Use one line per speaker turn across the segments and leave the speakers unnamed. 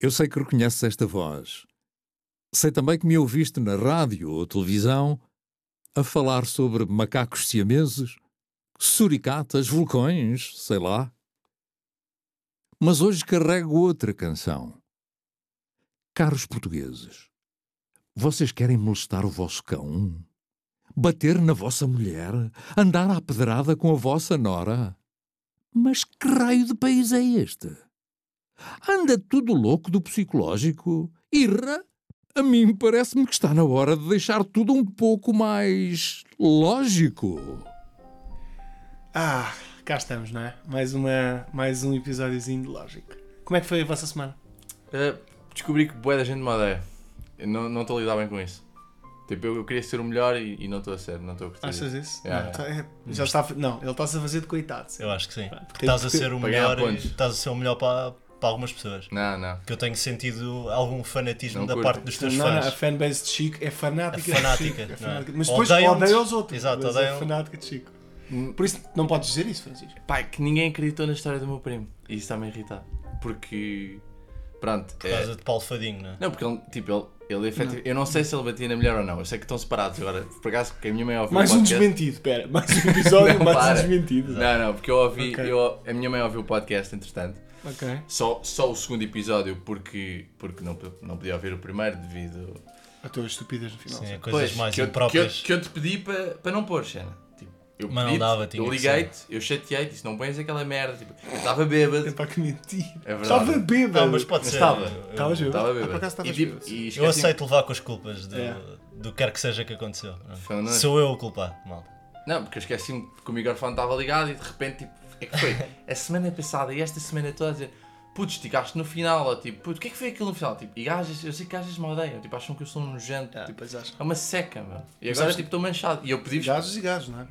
Eu sei que reconheces esta voz. Sei também que me ouviste na rádio ou televisão a falar sobre macacos siameses, suricatas, vulcões, sei lá. Mas hoje carrego outra canção. Caros portugueses, vocês querem molestar o vosso cão? Bater na vossa mulher? Andar à pedrada com a vossa nora? Mas que raio de país é este? Anda tudo louco do psicológico? Irra? A mim parece-me que está na hora de deixar tudo um pouco mais lógico.
Ah, cá estamos, não é? Mais, uma, mais um episódiozinho de Lógico. Como é que foi a vossa semana?
Uh, descobri que boé da gente me odeia. Eu não não estou a lidar bem com isso. Tipo, eu, eu queria ser o melhor e, e não estou a ser, não estou a gostar.
Achas isso?
Yeah,
não, tá- é, já está, a fa- não, ele está-se a fazer de coitado.
Eu acho que sim.
tem
Porque estás a
que
ser o
pagar
melhor,
pontos.
estás a ser o melhor para, para algumas pessoas.
Não, não.
Que eu tenho sentido algum fanatismo
Não
da
curto.
parte dos teus
Não, é
fãs.
a fanbase de Chico é fanática
É fanática,
de Chico.
não é?
fanática. Mas depois
Odeiam-te.
odeia os outros.
Exato,
mas É
odeiam.
fanática de Chico.
Hum.
Por isso, não podes dizer isso, Francisco.
Pá, é que ninguém acreditou na história do meu primo. E isso está-me a irritar. Porque. Pronto.
Por causa de Paulo Fadinho, não é?
Não, porque ele, tipo, ele, ele efetivamente. Eu não sei se ele batia na mulher ou não. Eu sei que estão separados agora. Por acaso, porque a minha mãe ouviu.
Mais
o
um
podcast.
desmentido, pera. Mais um episódio,
Não,
mais um
para.
desmentido.
Não, não, porque eu ouvi.
Ok.
Eu, a minha mãe ouviu o podcast, entretanto.
Ok,
Só, só o segundo episódio, porque, porque não, não podia ouvir o primeiro devido.
a tua estupidez então no final.
Sim,
sim.
é coisas
Pois,
mais
que eu,
impróprias.
Que eu, que eu te pedi para para não pôr, cena. Tipo, eu
Mas não
pedi
dava, tinha
eu
que
liguei-te, eu chateei-te, disse não pões aquela merda. Tipo, eu estava bêbado.
Epá, que mentira.
É verdade.
Estava bêbado.
Não, mas pode
Mas
ser.
estava.
Eu-
Estavas
eu,
bêbado? Ah,
Estava
por
bêbado.
acaso estavas
e, tipo,
bêbado.
e
eu
esqueci-
aceito levar com as culpas do,
É.
do quer que seja que aconteceu. não é?
Foi nós.
Sou eu o culpado, malta.
Não, porque eu esqueci-me que o microfone estava ligado e de repente, tipo, é que foi a semana passada e esta semana toda a dizer, putz, esticaste no final, ou tipo, putz, o que é que foi aquilo no final? Tipo, e gajas, eu sei que gajas me odeiam, tipo, acham que eu sou um nojento,
Ah,
tipo,
pois acho.
é uma seca, meu. E
Mas
agora,
sabes-
tipo, estou manchado. E eu pedi-vos.
Gajos e gajos, não é?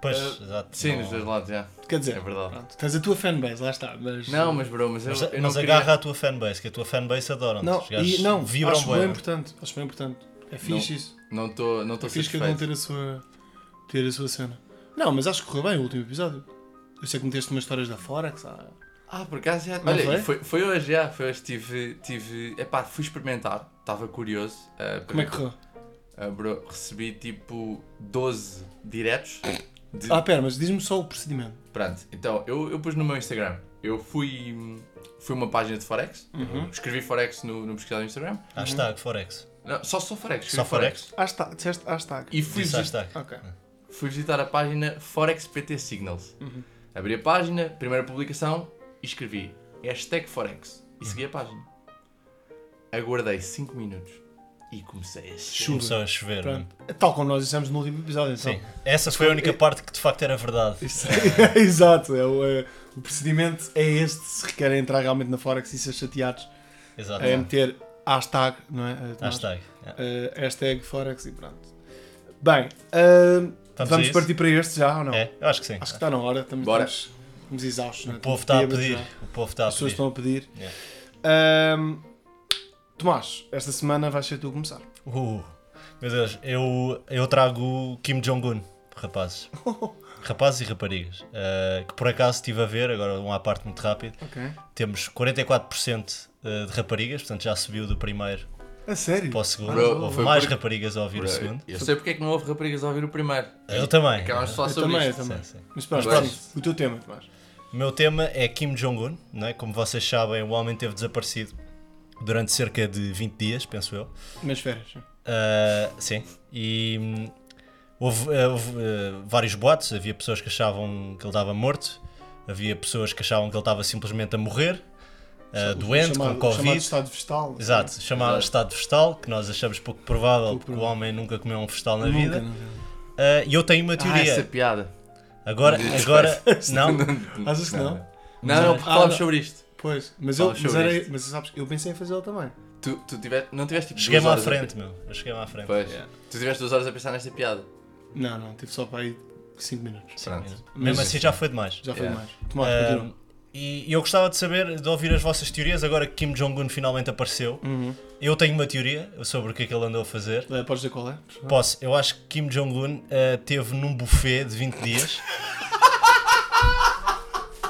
Pois,
Ah,
exato.
Sim,
não-
dos dois lados, já.
Quer dizer,
É verdade.
pronto, tens a tua fanbase, lá está, mas.
Não, mas bro, mas eu,
Mas,
eu não
mas
queria...
agarra a tua fanbase, que a tua fanbase adora.
Não,
Os gajos
e, não
vibram é? né?
acho bem
bem.
importante. Acho bem importante. É fixe isso.
Não estou não
É
estou
fixe que não
satisfeito.
ter a sua. ter a sua cena. Não, mas acho que correu bem o último episódio. Eu sei que meteste umas histórias da Forex. Ah,
Ah, por acaso já.
Não
Olha,
foi?
e foi? Foi, hoje, já. Foi hoje. Tive. tive epá, fui experimentar. Estava curioso. ah,
como é que
para-
correu?
ah, bro, recebi tipo 12 diretos. De...
Ah, pera, mas diz-me só o procedimento.
Pronto, então eu, eu pus no meu Instagram. Eu fui. Fui uma página de Forex.
Uhum.
Escrevi Forex no, no pesquisado do Instagram.
Hashtag Forex.
Não, só só Forex. escrevi
Só Forex.
Hashtag, disseste hashtag.
E fui,
Disse
visi-
é hashtag.
Ok.
fui visitar a página Forex PT Signals.
Uhum.
Abri a página, primeira publicação e escrevi hashtag Forex.
Uhum.
E segui a página. Aguardei 5 minutos e comecei a chorar.
Começou a chover. mano.
Pronto. Tal como nós dissemos no último episódio, então.
Sim. Essa foi a única parte que de facto era verdade.
Isso- Exato, é o, é- o procedimento é este. Se querem entrar realmente na Forex e ser chateados,
Exato.
é meter hashtag, não é? Eh, nós,
Hashtag. É.
eh, hashtag Forex e pronto. Bem, eh,
a
vamos
isso?
partir para este já ou não?
É, eu acho que sim.
Acho que está na hora, estamos,
Bora.
estamos, estamos exaustos. não é?
O povo está a
Estamos
pedir.
bêbados já.
O povo está a
As pessoas
pedir.
estão
É.
a pedir.
Yeah.
Ahm, Tomás, esta semana vais ser tu a começar.
Uh, meu Deus, eu, eu trago o Kim Jong-un, rapazes. Rapazes e raparigas. eh, que por acaso estive a ver, agora um à parte muito rápido.
Ok.
Temos 44% uh, de raparigas, portanto já subiu do primeiro
A sério?
para o segundo.
Bro,
Houve
foi
mais
porque-
raparigas a ouvir o segundo.
Eu sei porque é que não houve raparigas a ouvir o primeiro.
Eu também.
Acabámos de falar
Eu
sobre
também,
isto.
eu também.
Sim, sim.
Mas pronto,
Mas
sim, o teu tema, Tomás.
O meu tema é Kim Jong-un, não é? Como vocês sabem, o homem teve desaparecido durante cerca de 20 dias, penso eu.
Nas férias. sim.
Ah, sim. E hum, houve, ah, houve, ah, vários boatos. Havia pessoas que achavam que ele estava morto. Havia pessoas que achavam que ele estava simplesmente a morrer, ah,
O
doente,
chamado-
com
o Chamado
Covid.
estado vegetal.
Exato, chamado
Exato.
estado vegetal, que nós achamos pouco provável,
Pouco
porque o
provável.
homem nunca comeu um vegetal na
Nunca, né?
vida.
nunca.
Ah, E eu tenho uma
Ah, essa
teoria.
piada.
agora, agora, não,
Achas que não?
Não,
é-
não, porque
Ah,
falámos
não.
sobre isto.
Pois, mas, eu,
Fala
mas,
sobre
era-
isto.
mas sabes, que eu pensei em fazê-lo também.
Tu, tu tiveste, não tiveste tipo
cheguei-me à
duas horas a
frente, meu. Eu cheguei-me à frente.
pe- Pois.
Yeah.
Tu tiveste duas horas a pensar nesta piada.
Não, não, tive só para aí 5 minutos.
Sim,
Pronto.
mesmo.
Mas-
mesmo assim já foi demais.
Já foi
Yeah.
mais. Tomás,
Ah,
continua.
e eu gostava de saber, de ouvir as vossas teorias, agora que Kim Jong-un finalmente apareceu.
uhum.
Eu tenho uma teoria sobre o que é que ele andou a fazer.
Eh, Podes dizer qual é?
Posso, eu acho que Kim Jong-un ah, teve num buffet de 20 dias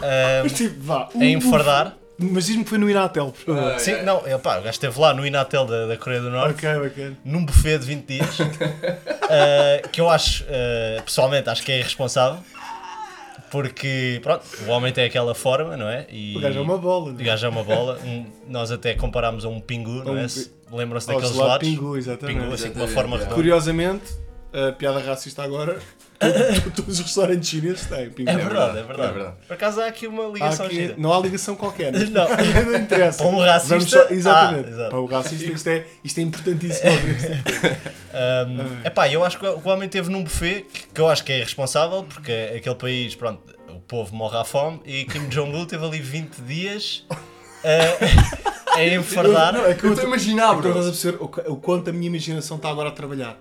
Eh,
Mas tipo, vá. um
É a enfardar.
Mas diz-me que foi no Inatel. por favor.
Ah,
Sim,
é.
não, é, pá, o gajo esteve lá no Inatel da, da Coreia do Norte,
Ok, bacana.
num buffet de 20 dias, ah, que eu acho, ah, pessoalmente, acho que é irresponsável, porque, pronto, o homem tem aquela forma, não é? E
O gajo é uma bola.
o gajo é uma bola. Um- nós até comparámos a um pingu, não
Um
é?
pi-
Se- Lembram-se
Ao
daqueles
gelado
lados?
Pingu, exatamente.
Pingu, assim, com uma
Exatamente,
forma
é.
redonda.
Curiosamente, a piada racista agora, todos os restaurantes chineses têm pingu.
É verdade, é
É
verdade.
verdade.
Por acaso há aqui uma
Há
ligação
aqui,
gira.
não há ligação qualquer. né?
Não.
não interessa.
Para um racista,
Vamos só- exatamente.
ah, exato.
Para o racista, isto é, isto é importantíssimo.
Um, epá, eu acho que o homem teve num buffet que, que eu acho que é irresponsável, porque é aquele país, pronto, o povo morre à fome e Kim Jong-un teve ali 20 dias eh, a, a enfardar.
Não, é que
Eu estou a imaginar,
Então
bro.
estás a perceber o, qu- o quanto a minha imaginação está agora a trabalhar.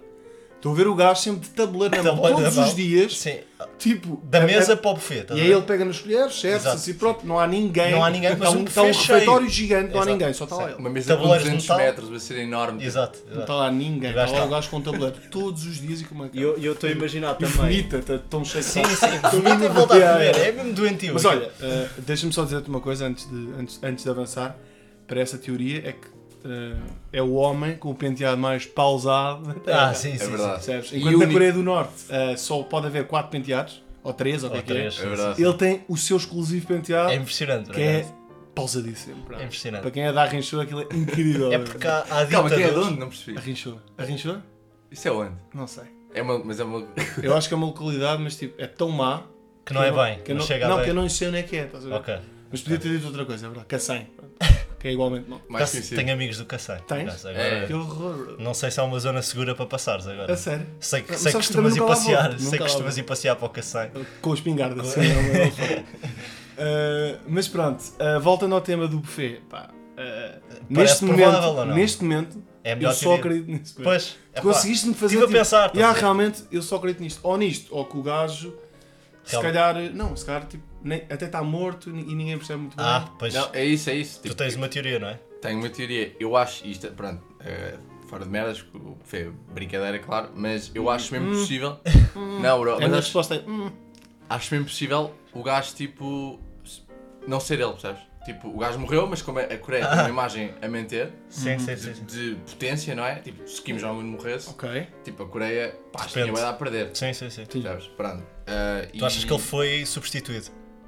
Estou a ver o gajo sempre de tabuleiro na mão,
Tabuleiro na
todos
mão.
os dias,
Sim,
tipo...
da
é-
mesa
é-
para o buffet. estás
E
a
aí
ver?
ele pega nas colheres, serve-se
Exato.
a si próprio, não há ninguém.
Não há ninguém,
Está
mas
um,
um
está um
buffet cheio.
refeitório gigante, não há
Exato.
ninguém, só está lá ele.
Uma mesa com
Tabuleiros de
200
metal.
metros, vai ser enorme.
Exato,
Não
exato.
Então,
está lá ninguém,
O gajo
está lá o
está.
gajo com o tabuleiro todos os dias e com uma cara.
E eu eu estou a imaginar
E
também.
vomita, tá tão cheio de
Sim,
sal.
sim,
Tô
vomita e
mesmo
volta a
a
comer,
piar.
é mesmo doentio.
Mas olha, uh, deixa-me só dizer-te uma coisa antes de, antes, antes de avançar para essa teoria: é que uh, é o homem com o penteado mais pausado da Terra.
ah, sim,
É
sim.
verdade.
Percebes?
E
Enquanto na
único.
Coreia do Norte uh, só pode haver 4 penteados, ou 3, ou o que
Sim.
é
Ou
que é,
três,
É
sim, sim.
verdade.
ele tem o seu exclusivo penteado
É impressionante, por
que é
acaso.
pausadíssimo. pá.
É impressionante.
Para quem é da Rinchua, aquilo é incrível.
É porque há, há
Calma, quem é de
ditadores.
onde? Não
A
percebi.
Rinchua. A Rinchua?
Isso é onde?
Não sei.
É uma, mas é uma.
Eu acho que é uma localidade, mas tipo, é tão má.
que não é bem,
que eu
não
não,
chega
não,
a
que eu
bem.
não sei onde é que é, estás a ver?
Ok.
Mas podia ter dito outra coisa, é verdade. Cacém. pronto. Que é igualmente mal.
Mais
Cassem-
conhecido.
Tá, Tenho amigos do Cassem. por
Tens?
acaso,
É.
agora-
Que horror.
Não sei se há uma zona segura para passares agora.
A É sério.
Sei que,
Mas
sei que
sabes que também
costumas ir
nunca lá vou.
passear,
Nunca
sei que
lá
costumas
vou.
ir passear para o Cacém.
Com a espingarda. sim, é uma- é uma horror. Ah, mas pronto, ah, voltando ao tema do buffet. Pá, ah, neste,
provável ou
momento,
não?
neste momento,
É a
eu
melhor
só
teoria.
acredito nisso. pá.
Pois, é pá,
Conseguiste-me fazer. tipo,
Estive a pensar,
"Ya,
estás a ver?
realmente, eu só acredito nisto. Ou nisto, ou que o gajo, se
Realmente.
calhar, não, se calhar tipo, nem- até está morto e ninguém percebe muito bem.
Ah, pois,
Não, é isso, é isso.
tu
Tipo,
tens uma teoria, não é?
Tenho uma teoria. Eu acho isto, pronto, eh, fora de merdas, que foi brincadeira, claro, mas eu acho
Hum.
mesmo possível. não, bro,
É
mas
na
acho,
resposta aí. "Hum,
acho mesmo possível o gajo, tipo, s- não ser ele, percebes? Tipo, o gajo morreu, mas como é, a Coreia tem uma imagem a manter,
Uhum.
Sim, Ah. sim,
de,
sim. sim.
de potência, não é? Tipo, se Kim Jong-un morresse,
Ok.
tipo, a Coreia, pá,
Depende.
tinha vai dar a perder.
Sim, sim, sim.
Percebes? Pronto. Eh,
Tu
e
achas que ele foi substituído?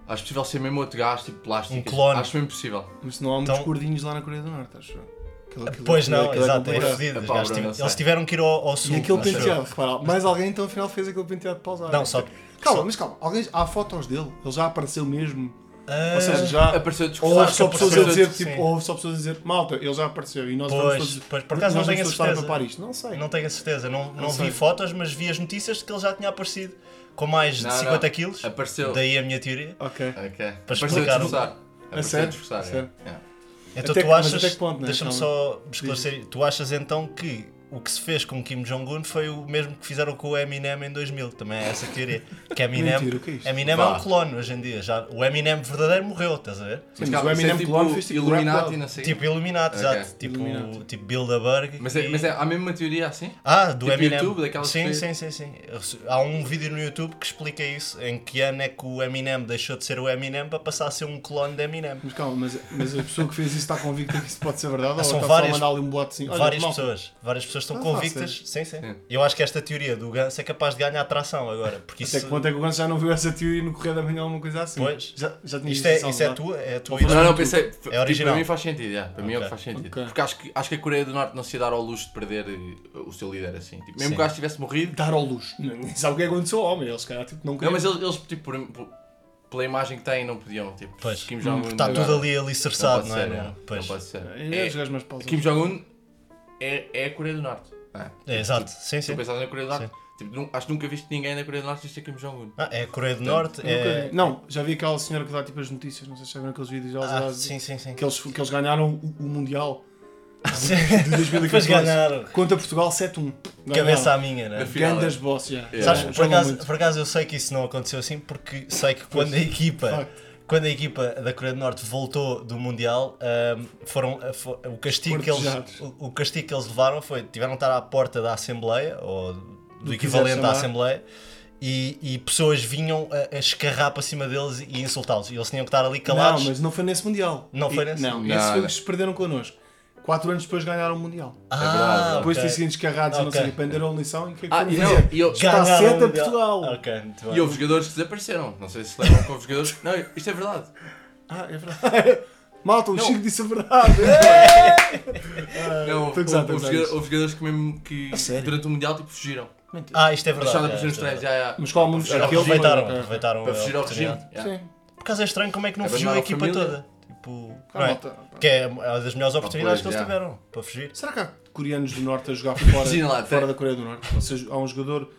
Acho possível ser mesmo outro gajo, tipo plástico.
Um clone.
Acho mesmo possível.
Mas não há muitos
Então-
gordinhos lá na Coreia do Norte, acho eu. Aquilo- aquilo-
Pois não,
aquilo é
exato, é
complicado.
fodido. os
Epá, Bruno,
gajos tiveram-
não sei.
Eles tiveram que ir ao, ao sul.
E aquele
acho eu.
penteado, repara, mais alguém então afinal fez aquele penteado pausado.
Não, só.
Calma,
só-
mas calma, alguém, há fotos dele, ele já apareceu mesmo.
Ah,
Ou seja, já.
Apareceu
Ou
discussão.
houve só
apareceu
pessoas a
outro,
dizer, tipo,
sim.
ou houve só pessoas a dizer, malta, ele já apareceu e nós
Pois,
vamos todos.
pois, por acaso
nós
não
vamos
tenho
todos
a
estar a
certeza.
papar isto, não sei.
não tenho a certeza, não, não,
sei.
vi fotos, mas vi as notícias de que ele já tinha aparecido com mais de
Não, não.
50 quilos.
Apareceu.
Daí a minha teoria.
Ok.
Ok.
explicar o-
A
sério?
discursar.
A sério?
é. É.
Então
Até que-
tu
mas até
achas.
que ponto, né?
Deixa-me
Calma.
só esclarecer. Tu achas então que o que se fez com Kim Jong-un foi o mesmo que fizeram com o Eminem em 2000? Também é essa teoria. Que Eminem,
Mentira, o que é isto?
Eminem é
Vá.
um clone hoje em dia. Já, o Eminem verdadeiro morreu, estás a ver?
Mas
Mas
o
calma, isso
Eminem
é tipo
clone fez tipo rap
Illuminati
clone.
e não sei.
Tipo Illuminati,
Ok.
exato. Tipo,
Illuminati.
tipo Bilderberg.
mas, é, mas é, há mesmo uma teoria assim?
Ah, do
tipo
Eminem.
YouTube, daquelas
sim,
que-
sim, sim, sim. Há um vídeo no YouTube que explica isso. Em que ano é que o Eminem deixou de ser o Eminem para passar a ser um clone de Eminem?
Mas calma, mas, mas a pessoa que fez isso está convicta que isso pode ser verdade? ou
são
está
várias-
só a mandar ali um bote assim? Olha,
várias
malta,
pessoas, várias pessoas estão
Ah,
convictas. Sim, sim. Eu acho que esta teoria do ganso é capaz de ganhar atração agora, porque isso,
Até que quanto é que o Ganso já não viu essa teoria no Correio da Manhã alguma coisa assim?
Pois.
Já, já tinha
isto é,
essa
isso é
aula.
tua, é a tua
Não,
ideia.
não, pensei. tipo,
original.
Para mim faz sentido, yeah, para mim é o que faz sentido.
Ok.
Porque acho que, acho que a Coreia do Norte não se ia dar ao luxo de perder eh, o seu líder assim. Tipo, mesmo
Sim.
que o gajo tivesse morrido.
Dar ao luxo. Nem sabe o que é que aconteceu ao homem. Eles, cara, tipo, não
Não,
queriam.
mas eles, eles, tipo, por- por- pela imagem que têm, não podiam. Tipo,
Pois.
Kim Jong-un
Porque está
agora-
tá tudo ali alicerçado,
pode
não é?
ser,
Não-
é,
Pois.
Não pode ser.
É, os
É-
gajos mais pausados.
Kim Jong-un é, é a Coreia do Norte. Ah,
É, exato, sim,
se tu
sim.
pensares na Coreia do Norte, tipo, nu- acho que nunca viste ninguém na Coreia do Norte a Kim Jong-un.
Ah, é a Coreia do Norte,
Nunca
é...
vi. Não, já vi aquela senhora que dá tipo as notícias, não sei se já viram aqueles vídeos deles
Ah,
lá,
sim, sim, sim.
que, eles, que eles ganharam o, o Mundial
Sim.
de
Depois
2014
ganharam.
contra Portugal 7-1.
Cabeça à minha,
Ah,
não é?
Na final,
Gandas boss, já.
É.
Sabes,
Jogam
por acaso,
muito.
por acaso eu sei que isso não aconteceu assim porque sei que quando a equipa quando a equipa da Coreia do Norte voltou do Mundial ahm, foram ah, fo- o castigo que eles
Cortejados.
o, o castigo que eles levaram foi tiveram de estar à porta da Assembleia ou do
que
equivalente
quiser
à
chamar.
Assembleia e, e pessoas vinham a, a escarrar para cima deles e insultá-los. E eles tinham que estar ali
Não,
calados.
mas não foi nesse Mundial.
Não foi
E-
nesse?
Não,
Não,
esse foi
não.
que se perderam connosco. Quatro anos depois ganharam o Mundial.
É
Ah,
Depois de
ok.
terem sido descarrados e não
Ok.
sei, o quê, aprenderam a lição e o que é que
Ah,
foram
e,
fazer?
não, e, eu-
Está
Ganharam
certo a
o Mundial.
Portugal.
Ok, muito
e
bem.
houve jogadores que desapareceram. Não sei se se lembram que houve jogadores. Não, isto é verdade.
Ah, é verdade. Malta, o
Não.
Chico disse a verdade. Tô Ah, a gozar, tô
Não, houve,
a
houve
gozar
jogadores-
isso.
houve jogadores que mesmo que durante o Mundial tipo, fugiram.
Ah, isto é
Deixaram
verdade.
a
é,
fugir nos é
isto é
treinos.
verdade.
já, já.
Mas qual mundo?
Para fugir ao
Aquele-
Aproveitaram,
Ah,
aproveitaram
Para fugir
a
ao
oportunidade.
regime. já.
Sim.
Por acaso é estranho como é que não
Abandonar
fugiu a
a
equipa
família.
toda. Tipo,
Ah,
não é?
malta, pá.
Que é uma das melhores oportunidades que
pois,
eles
já.
tiveram para fugir.
Será que há coreanos do Norte a jogar
Sim, lá,
fora, fora
tem.
da Coreia do Norte? Ou seja, há um jogador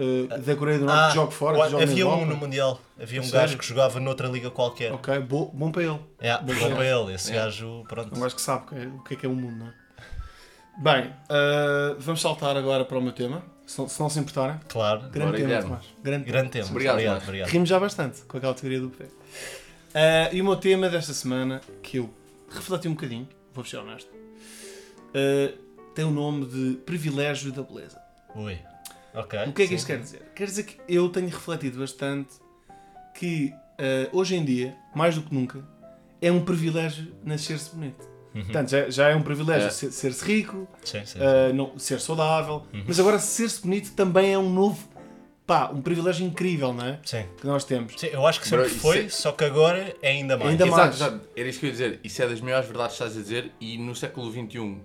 eh, da Coreia do Norte
Ah,
que joga fora,
o-
que joga na
havia um
Europa?
no Mundial. Havia um
Sério? Oh,
gajo que jogava noutra liga qualquer.
Ok, bo- bom para ele.
É, bom
Bom
para ele. Esse
É.
gajo, pronto.
Um gajo que sabe o que é- o que é que é o mundo, não é? Bem, eh, vamos saltar agora para o meu tema, se não se, não se importarem.
Claro.
Grande
Bora,
tema,
Guilherme.
Tomás. Grande,
Grande tema.
Obrigado,
obrigado.
Marcos.
obrigado.
Rimos já bastante com aquela teoria do pé. Ah, e o meu tema desta semana, que eu refleti um bocadinho, vou ser honesto, ah, tem o nome de privilégio da beleza.
Ui. Ok.
O que é que
sim.
isto quer dizer? Quer dizer que eu tenho refletido bastante que ah, hoje em dia, mais do que nunca, é um privilégio nascer-se bonito. Portanto, já, já é um privilégio
Uhum. É.
ser- ser-se rico,
Sim, sim.
Uh, não- ser saudável,
Uhum.
mas agora ser-se bonito também é um novo, pá, um privilégio incrível, não é?
sim.
Que nós temos.
Sim, eu acho que sempre
Bro, isso
foi,
é-
só que agora é ainda mais.
Ainda
Exato,
mais.
exato. Era isso que eu ia dizer. Isso é das maiores verdades que estás a dizer. E no século XXI,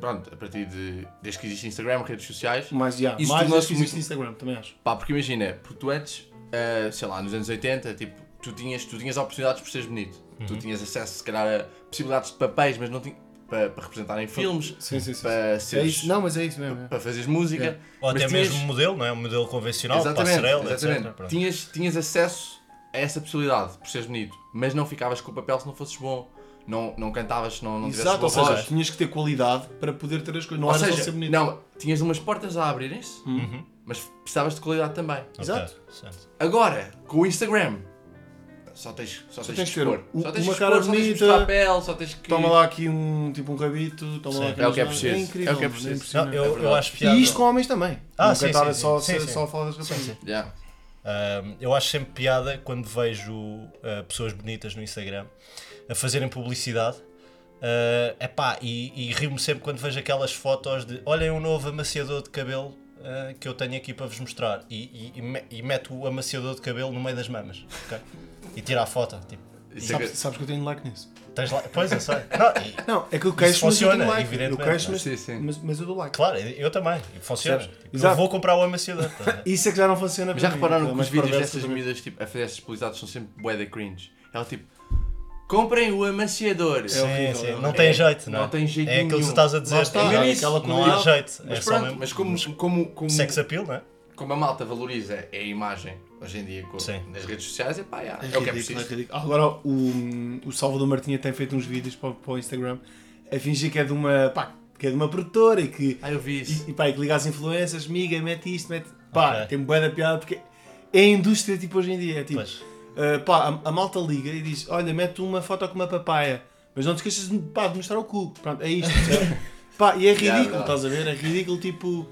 pronto, a partir de. desde que existe Instagram, redes sociais.
Mas já,
Isso
mais
tornou-se
do que existe
muito-
no Instagram, também acho.
Pá, porque imagina, porque tu antes, ah, sei lá, nos anos 80, tipo, tu tinhas, tu tinhas oportunidades por seres bonito.
Uhum.
Tu tinhas acesso, se calhar, a possibilidades de papéis, mas não tinha. para, para representar em filmes,
Sim, sim, sim.
para
É
seres.
isso. Não, mas é isso mesmo. é.
para fazeres música.
Yeah.
Ou até
mas tinhas-
mesmo modelo, não é? Um modelo convencional, passarela,
Exatamente,
etc.
exatamente.
Pronto.
Tinhas, tinhas acesso a essa possibilidade por seres bonito, mas não ficavas com o papel se não fosses bom. Não, não cantavas se não, não tivesses
Exato,
boa
ou seja,
voz.
tinhas que ter qualidade para poder ter as coisas. Não
Ou
era só
seja,
ser bonito.
não, tinhas umas portas a abrirem-se,
Uhum.
mas precisavas de qualidade também.
Ok,
Exato.
certo.
Agora, com o Instagram, só tens, só tens,
tens
que
que ter
expor.
um-
só tens
uma
que
cara
expor, só tens que
bonita.
mostrar a pele, só tens que...
Toma lá aqui um tipo um rabito, toma lá
Sim.
aqui
É o
uns
que é
nabos.
preciso.
incrível,
É o que é
mano,
preciso.
impressionante.
Não, eu, eu
verdade.
acho piada.
E isto com homens também.
Ah,
Não
sim,
cantar
sim,
só,
sim.
só,
Sim, sim.
só falar das rapazes.
Yeah.
Ahm, eu acho sempre piada quando vejo ah, pessoas bonitas no Instagram a fazerem publicidade. Ah, epá, e, e rio-me sempre quando vejo aquelas fotos de olhem o novo amaciador de cabelo ah, que eu tenho aqui para vos mostrar. E, e- e me- e meto o amaciador de cabelo no meio das mamas ok? e tira a foto. Tipo,
Isso é
Sabes,
que-
sabes que eu tenho like nisso.
tens lá- Pois eu sei. Não, e-
Não, é né? que eu queixo, mas eu
funciona,
dou like. Eu
evidentemente,
queixo,
não é?
mas,
Sim, sim.
mas, mas eu dou like.
Claro, eu também. E Funciona.
Percebes?
Tipo, eu
Exato.
vou comprar o amaciador. tá?
Isso é que já não funciona
Mas já
para mim,
repararam
então,
que
mas
os vídeos
perverso
dessas
também.
minas tipo, a fazer essas publicidades são sempre bué da cringe. Ela tipo, comprem o amaciador.
É horrível,
sim,
é
sim.
horrível.
Não tem
É,
jeito, não é?
não tem jeito
É aquilo que tu
nenhum.
estás a dizer.
Lá está,
é
é
isso.
aquela
não há
qualidade.
jeito.
Mas
é só
pronto,
mesmo
mas como, como, como,
sex appeal, não é?
como a malta valoriza é a imagem hoje em dia com,
Sim.
nas redes sociais, é pá, yeah,
É
é o que é
ridículo, é
preciso.
ridículo. Agora o, o Salvador Martinha tem feito uns vídeos para, o- para o Instagram a fingir que é de uma, pá, que é de uma produtora e que,
Ah, eu vi isso.
e, e pá, e que liga às influências, miga, mete isto, mete. Pá,
Ok.
tem bué da piada porque é a indústria tipo hoje em dia. É, tipo,
Pois.
ah, pá, a, a malta liga e diz: Olha, mete uma foto com uma papaya, mas não te esqueças de, pá, de mostrar o cu. Pronto, é isto. percebe? pá, e é
Já, é
ridículo,
verdade.
estás a ver? É ridículo tipo.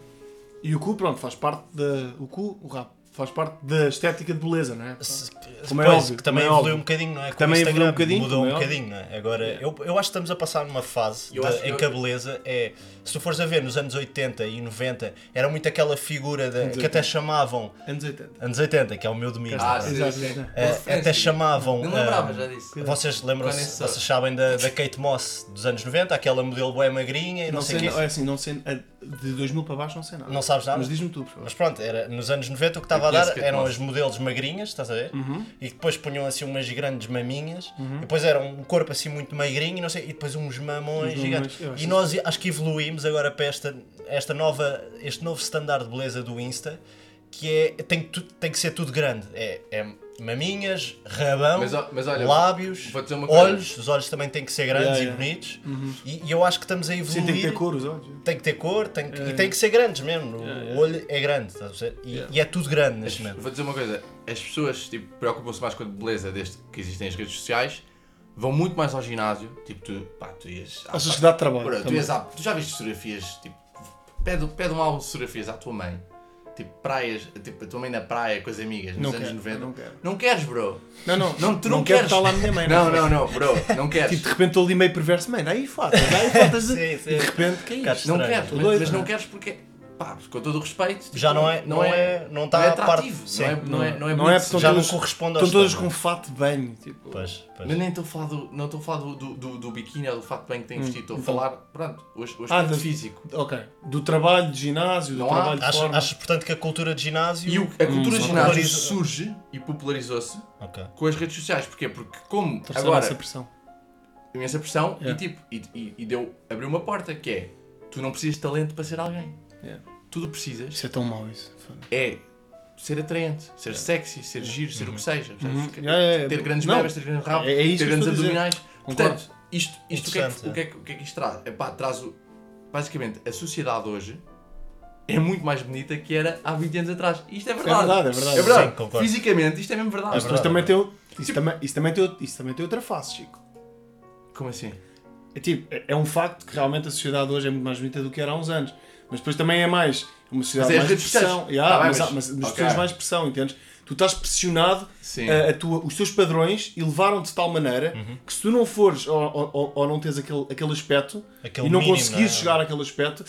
E o cu, pronto, faz parte da. O cu, o rabo, faz parte da estética de beleza, não é?
Se-
Como é
pois,
óbvio,
que também
como é
evoluiu
óbvio.
um bocadinho, não é? Com
Também
o
evoluiu
Instagram
um bocadinho,
mudou
como
um
é óbvio.
bocadinho, não é? Agora, eu, eu acho que estamos a passar numa fase
Eu
de-
acho que
em
eu-
que a beleza é. Se tu fores a ver nos anos 80 e 90, era muito aquela figura da- que até
80.
chamavam.
Anos 80.
Anos 80, que é o meu domínio.
Ah,
não é?
sim,
Exato,
sim.
exato.
Eh, até
Referência. né?
chamavam.
Não
eh,
lembrava já disso.
Vocês lembram-se,
Conheço.
vocês sabem da, da Kate Moss dos anos 90, aquela modelo bem magrinha e não,
Não
sei o
sei,
quê.
é assim, não sei, de 2000 para baixo não sei nada.
Não sabes nada?
Mas diz-me tu, por favor.
Mas pronto, era, nos anos 90 o que estava a
Eu conheço
dar
Kate
eram
Moss.
as modelos magrinhas, estás a ver? E depois punham assim umas grandes maminhas, e depois era um corpo assim muito magrinho e não sei, e depois uns mamões
Uns
gigantes.
mamões, eu acho
E nós acho que evoluímos agora para esta, esta nova, este novo standard de beleza do Insta, que é, tem, que tu- tem que ser tudo grande. É, é maminhas, rabão,
Mas, ó- mas olha,
lábios,
vou dizer uma coisa.
olhos, os olhos também têm que ser grandes
Yeah,
e
yeah.
bonitos, e, e eu acho que estamos a evoluir
Sim, tem que ter cor os olhos.
tem que ter cor tem que- e tem que ser grandes mesmo. O olho é grande, estás a perceber? E, e é tudo grande neste momento.
Vou dizer uma coisa, as pessoas tipo, preocupam-se mais com a beleza desde que existem as redes sociais, vão muito mais ao ginásio, tipo, tu, pá, tu ias... à-
Achas que dá trabalho?
Bro, tu,
também.
ias à- tu já viste fotografias, tipo, pede, pede um álbum de fotografias à tua mãe, Tipo, praias, tipo, a tua mãe na praia com as amigas nos
Não
anos
quero,
90.
não quero.
Não queres, bro?
Não, não.
Não, tu não,
não quero
queres.
estar lá a minha mãe.
Não,
é?
não, não, bro. Não queres.
Tipo, de repente estou ali meio perverso. Mano, dá aí fotos, dá aí fotos. de...
Sim, sim.
E de repente, que é
Bocado
isto?
Não
estranho.
queres, mas,
Doido,
mas não
não é?
queres porque, pá, com todo o respeito, tipo,
Já não é- não é- não tá à parte-
atrativo,
sim.
não é, não é, não é,
Não é
bonito.
porque são
Já não
todas-
corresponde ao
Estão todas com
standard.
fato de banho. Tipo,
Pois, pois.
Mas nem estou a falar do, não estou a falar do, do, do, do biquíni ou do fato bem que tem vestido, estou a
então.
falar, pronto, hoje, hoje
Ah,
tanto
de-
físico.
ok. Do trabalho de ginásio, do
Não há-
trabalho de
Achas,
forma.
achas, portanto, que a cultura de ginásio.
E
Hum,
o- a cultura de ginásio
populariza-
surge e popularizou-se
Ok.
com as redes sociais, porquê? Porque como
Estou a receber
agora,
essa pressão.
imensa pressão
Então, Yeah.
e tipo, e, e, e deu, abriu uma porta que é, tu não precisas de talento para ser alguém,
Yeah.
tudo precisas
Isso é tão mau isso. foda.
é ser atraente, ser sexy, ser giro, ser o que seja. percebes?
É. Uhum.
Que-
Yeah, yeah,
ter
yeah.
grandes
Não.
bebas, ter grandes rabos,
É- é isso
ter
que eu
grandes
estou a dizer.
abdominais.
Concordo.
Portanto, isto, isto o, que é que,
Interessante,
o, que é que, o que é que isto traz? Epá, traz o, basicamente, a sociedade hoje é muito mais bonita que era há 20 anos atrás. E Isto é verdade.
verdade, é verdade.
É verdade.
Sim, concordo.
Fisicamente, isto é mesmo verdade.
É
Mas
verdade.
também tem o- isso também- isso também tem o- isso também tem outra face, Chico.
Como assim?
É, tipo, é- é um facto que realmente a sociedade hoje é muito mais bonita do que era há uns anos. Mas depois também é mais. é Uma sociedade
Mas é as
mais
redes sociais.
pressão. Yeah,
Tá bem,
mas,
mas-
há- mas, mas
ok.
tu tens mais pressão, entendes? Tu estás pressionado, eh,
Sim.
a- a tua- os teus padrões elevaram-te de tal maneira
Uhum.
que se tu não fores ou, ou- ou- ou não tens aquele, aquele aspecto
Aquele
e não
mínimo,
conseguires
não é?
chegar àquele aspecto,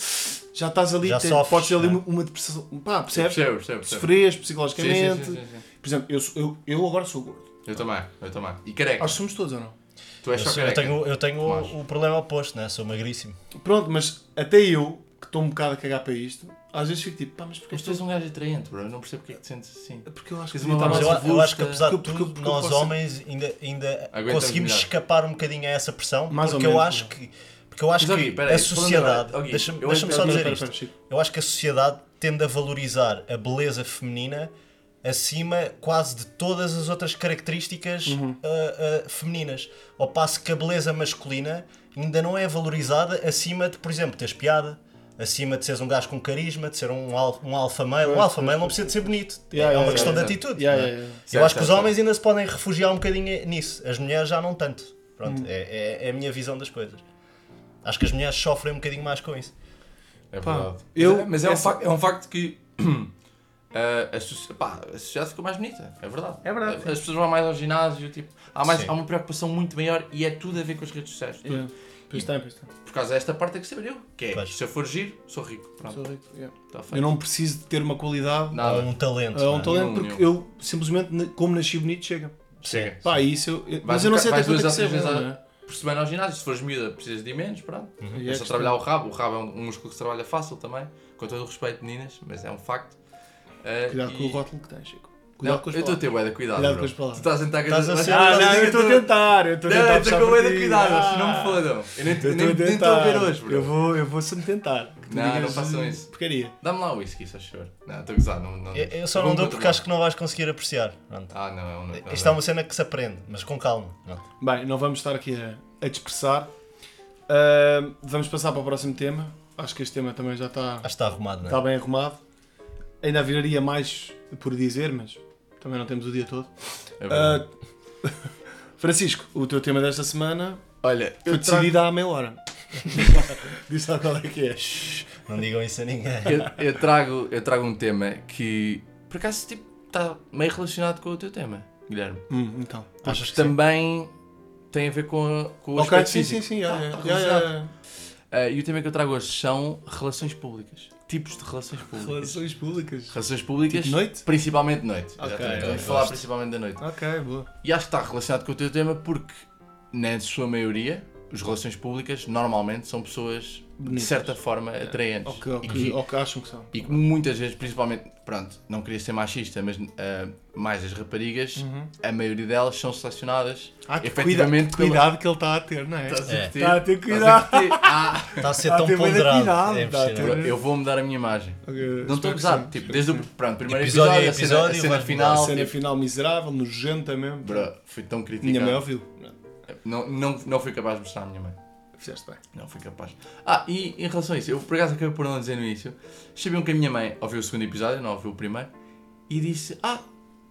já estás ali,
Já
tem,
sofres,
podes ter ali
não é?
uma, uma depressão. Pá, percebes?
Percebo, percebo, percebo.
Sofres
Sim, sim,
psicologicamente.
sim, sim, sim.
Por exemplo, eu, sou- eu, eu agora sou gordo.
Eu também, eu também. E careca.
Acho que somos todos ou não?
Tu és
Eu,
só
sou- eu
careca.
tenho, eu tenho
Mas-
o, o problema oposto, né? Sou magríssimo.
Pronto, mas até eu, que estou um bocado a cagar para isto, às vezes fico tipo, pá, mas porque
Mas tu
estou...
és um gajo atraente, bro. Eu não percebo porque é que te sentes assim.
Porque eu acho que
Tens uma
podia
Mas
Mas
estar
eu,
mais...
voz
eu acho que
avulsa-
apesar de
Porque-
tudo,
porque- porque
nós
posso-
homens ainda, ainda
Aguentamos
conseguimos
melhor.
escapar um bocadinho a essa pressão.
Mais ou
porque eu
menos,
acho
não. é?
que. Porque eu acho
Mas,
que
Gui, peraí,
a
falando
sociedade.
agora- oh, Gui,
Deixa-me
eu
deixa-me
acho-
só
Espera,
dizer
espera,
isto.
espera, Chico.
Eu acho que a sociedade tende a valorizar a beleza feminina acima quase de todas as outras características
Uhum.
ah, ah, femininas. Ao passo que a beleza masculina ainda não é valorizada acima de, por exemplo, teres piada. Acima de seres um gajo com carisma, de ser um, al- um alfa male. Um alfa male não precisa de ser bonito.
Yeah,
é uma
yeah,
questão
yeah,
de
yeah.
atitude.
Yeah,
não é?
yeah, yeah.
Eu
Certo,
acho que os
certo,
homens ainda se podem refugiar um bocadinho nisso. As mulheres já não tanto. Pronto, é, é- é a minha visão das coisas. Acho que as mulheres sofrem um bocadinho mais com isso.
É
Pá,
verdade.
eu-
mas, é, mas é um
essa-
facto, é um facto que ah, a, soci- pá, a sociedade ficou mais bonita, é verdade.
É verdade,
As pessoas vão mais ao ginásio, tipo, há, mais,
Sim.
há uma preocupação muito maior e é tudo a ver com as redes sociais. tudo.
Yeah. Pois tem, pois tem.
Por causa desta parte é que se abriu, que é,
Pois.
se eu for giro, sou rico.
Sou
Pronto,
rico, yeah.
está feito.
Eu não preciso de ter uma qualidade,
Há
Nada.
um talento.
é um
não é?
talento,
Nenhum, É
porque eu simplesmente, na- como nasci bonito, chega.
Sim.
Pá, isso eu... eu-
Vais
Mas eu não
um
sei
ca-
até quanto
vais
é
duas
que
ou
isso é
três
bom,
vezes
não é?
Por semana ao ginásio, se fores miúda, precisas de ir menos, pronto.
E
É
é
só
questão-
trabalhar o rabo, o rabo é um, um músculo que se trabalha fácil também, com todo o respeito, meninas, mas é um facto. Ah,
Cuidado com
e-
o rótulo que tens, Chico.
Não,
Cuidado com as
eu estou a
palavras.
ter bué de cuidado,
Cuidado
bro.
com as palavras.
Tu estás a tentar
Estás a ser-
Ah, não, eu estou a tentar, eu estou a
Não,
tentar
eu estou
puxar
com
por
medo de
ti.
cuidar, não me
Ah.
fodam. Eu nem
Eu
nem-
estou a
nem estou a ver
tentar.
hoje, bro.
Eu vou, eu vou sempre tentar. Que tu
Não,
digas,
não façam
eh,
isso.
Porcaria.
Dá-me lá o whisky, se achou. Não, estou a gozar, não. não
Eu, eu só
vou
não dou porque
continuar.
acho que não vais conseguir apreciar. Pronto.
Ah, não, é um. não,
Isto é
não.
uma cena que se aprende, mas com calma. Pronto.
Bem, não vamos estar aqui a, a dispersar. Ahm, vamos passar para o próximo tema. Acho que este tema também já está,
Acho que está arrumado, não
está
é?
bem arrumado. Ainda viraria mais por dizer, mas também não temos o dia todo.
É verdade.
Ah, Francisco, o teu tema desta semana
Olha,
Ah, foi
eu trago,
decidido há meia hora. Diz lá qual é que é.
Não digam isso a ninguém.
eu, eu trago, eu trago um tema que, por acaso, tipo, está meio relacionado com o teu tema, Guilherme.
Hum, então.
Achas que sim?
Também tem a ver com, a- com o
Ok,
aspecto
sim, sim,
físico.
sim. é, já,
Tá-
já, já,
tá
já,
relacionado.
já.
Ah, e o tema que eu trago hoje são relações públicas. Tipos de relações públicas.
Relações públicas.
Relações públicas,
Tipo noite?
principalmente noite.
Ok,
exatamente. Vamos
eu
falar
gosto.
principalmente da noite.
Ok, boa.
E acho que está relacionado com o teu tema porque, na sua maioria, as relações públicas normalmente são pessoas
Bonitas. É.
de certa forma atraentes.
Ou que, ou,
E
que,
que-
ou que acham que são.
E que muitas vezes, principalmente, pronto, não queria ser machista, mas ah, mais as raparigas, a maioria delas são selecionadas
Uhum. Ah, que
efetivamente
cuida- cuidado que ele está a ter, não é?
pela. Estás a
É.
repetir?
Está a ter
Estás
cuidado.
repetir? Ah,
Está a ser
Ah,
tão
tem bué de
ponderado.
cuidado,
É
dá,
impressionante.
eu eu vou mudar a minha imagem.
Ok,
Não estou
espero que
pesado,
sim,
tipo,
espero
desde o
que sim.
pronto, primeiro
Episódio a
episódio, a cena- a
episódio,
cena
vais
A
final.
cena
tipo,
final miserável, nojenta mesmo.
Bro, fui tão criticado.
Minha mãe é ouviu.
Não, não, não fui capaz de mostrar à minha mãe.
Fizeste bem.
Não fui capaz. Ah, e em relação a isso, eu por acaso acabei por não dizer no início. Sabiam que a minha mãe ouviu o segundo episódio, não ouviu o primeiro, e disse: Ah,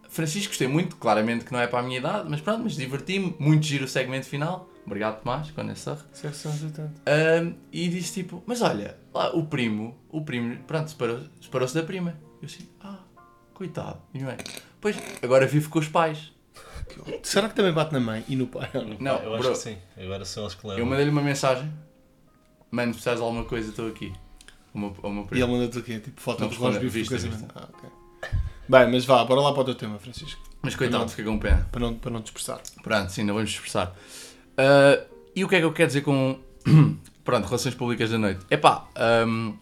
Francisco, gostei muito, claramente que não é para a minha idade, mas pronto, mas diverti-me, muito giro o segmento final. Obrigado, Tomás, quando é sarro. Ahm, e disse tipo: Mas olha, lá, o primo, o primo, pronto, separou- separou-se da prima. Eu assim, ah, coitado. E não é? Pois, agora vivo com os pais.
Será que também bate na mãe e no pai? ou não?
Não,
Ah, eu acho
bro,
que sim. Agora são eles que
eu
levam.
mandei-lhe uma mensagem. Mano, se precisares de alguma coisa, estou aqui. O meu, o meu
E ele manda-te o quê? Tipo, foto
Não
dos
responde,
relógios vivos coisa
vista,
Ah, ok. Bem, mas vá, bora lá para o teu tema, Francisco.
Mas coitado,
Não.
fica com pena.
Para não, para não dispersar.
Pronto, sim, não vamos expressar. Ah, e o que é que eu quero dizer com. Pronto, relações públicas da noite. Epá, hum,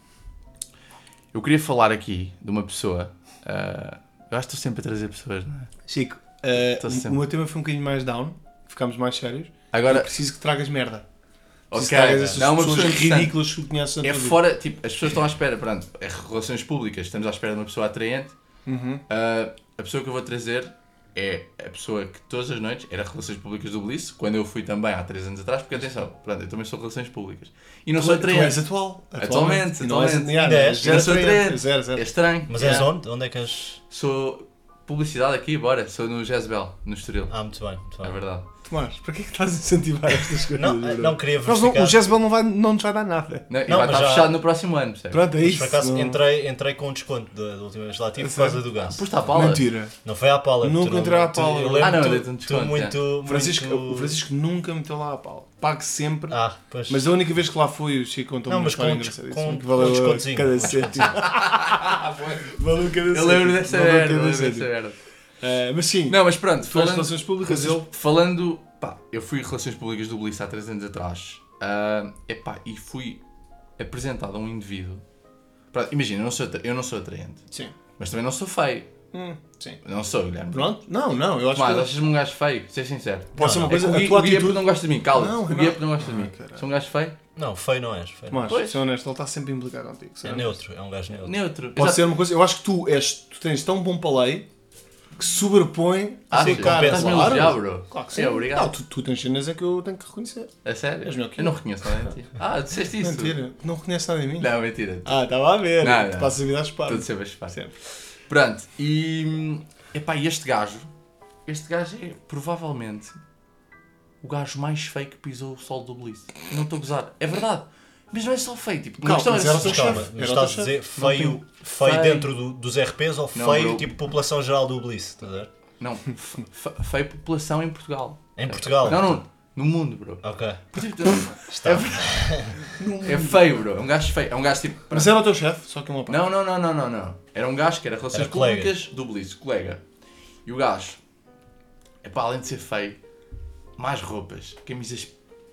eu queria falar aqui de uma pessoa. ah, eu acho que estou sempre a trazer pessoas, não é?
Chico, eh,
Estou
o-
sempre-
o meu tema foi um bocadinho mais down, ficámos mais sérios. Eu
Agora,
preciso que tragas merda. Preciso
ok,
que tragas essas
não, uma
pessoas
pessoa ridícula.
ridículas que tu conheces na
É
tua vida.
fora, tipo, as pessoas estão à espera, pronto, é relações públicas, estamos à espera de uma pessoa atraente.
Uhum.
Ah, a pessoa que eu vou trazer é a pessoa que todas as noites era Relações Públicas do Belice, quando eu fui também há 3 anos atrás, porque atenção, pronto, eu também sou Relações Públicas. E não sou
Tu és
atraente.
atual.
Atualmente,
E não és-
atualmente.
yeah,
Ainda és.
zero
Eu sou
atraente,
atraente.
Zero, zero.
É estranho.
Mas
Yeah.
és onde? Onde é que és?
Sou publicidade aqui, bora. Sou no Jezebel, no Estoril.
Ah, muito bem, muito
é
bem.
verdade. É
Tomás, para que é que estás a incentivar estas coisas?
Não,
bro?
não queria
Nós não-
verificar.
o Jezebel não, vai, não nos vai dar nada.
Não, e
Não,
vai
mas
estar
já-
fechado no próximo ano, percebes?
Pronto, é
Mas
isso.
por acaso
não-
entrei, entrei com um desconto da, da última vez lá tive por
Sério?
causa do ganso.
Pois está a pala.
Mentira.
Não foi à pala.
Ah, Nunca
tu não-
entrei à
tu-
pala.
Eu lembro
Ah, não,
tu,
dei-te um desconto,
tu muito,
O Francisco,
muito-
o Francisco nunca meteu lá a pau. Pague sempre.
Ah, pois.
Mas a única vez que lá fui, o Chico contou-me
Não,
uma
mas
história
com-
engraçadíssima.
com-
que
com
valeu
descontozinho,
cada
com
cêntimo. valeu cada
Eu lembro
cêntimo,
dessa
valeu
merda, eu
cada
lembro dessa
cêntimo.
merda.
Eh, Mas sim,
Não, mas pronto,
tu és
falando,
relações públicas,
relações-
ele...
falando- pá, eu fui Relações Públicas do Belice há 3 anos atrás. Ah, epá, e fui apresentado a um indivíduo. Pronto, imagina, eu não, sou, atra- eu não sou atraente,
Sim.
mas também não sou feio.
Hum, sim.
Não sou, Guilherme.
Pronto? Não, não, eu acho
Mas
que...
achas-me um gajo feio, seja sincero.
Pode ser uma
Não,
coisa,
é que o,
a
Gui-
tua
o Guilherme
atitude...
não gosta de mim, cala-te.
Não,
O
não.
Guilherme não gosta de
Ah,
mim.
caralho.
Sou um gajo feio?
Não, feio não és. Feio.
Tomás,
Pois.
ser honesto, ele está sempre implicado contigo.
É
sabes?
neutro, é um gajo neutro.
Neutro.
Pode
Exato.
ser um uma coisa... Eu acho que tu és... Tu tens tão bom palei que sobrepõe a
Ah,
tua
sim,
cara.
estás-me a
Claro.
elogiar, bro.
Claro que sim.
É, obrigado.
Não, tu, tu tens cenas é que eu tenho que reconhecer.
A sério?
És melhor que
eu não reconheço nada em ti. Ah, disseste isso?
Mentira, não reconheces nada em mim.
Não, mentira.
Ah, estava a ver.
Não,
Tu
não.
passas a vida às
Tudo
partes.
sempre é a chupar.
Sempre.
Pronto, e. Epá, e este gajo? Este gajo é provavelmente o gajo mais feio que pisou o sol do Blitz. Não estou a gozar. É verdade. Mas não é só feio, tipo,
Calma,
uma questão é
mas era
só-
só-
Calma,
chefe,
mas
era
estás a
outro
dizer
Não
feio,
tem-
feio
Feio.
dentro do- dos RPs ou
Não,
feio
bro.
tipo população geral do Bliss? Estás a ver?
Não, fe- fe- feio população em Portugal.
Em Portugal?
Não, não, no mundo, bro.
Ok,
É, verdade. É feio, bro. É um gajo feio. É um gajo tipo.
Mas era o teu chefe, só que uma parte.
Não, não, não, não, não, não. Era um gajo que era Relações
Era colega.
Públicas do Blitz, colega. E o gajo, é pá, além de ser feio, mais roupas, camisas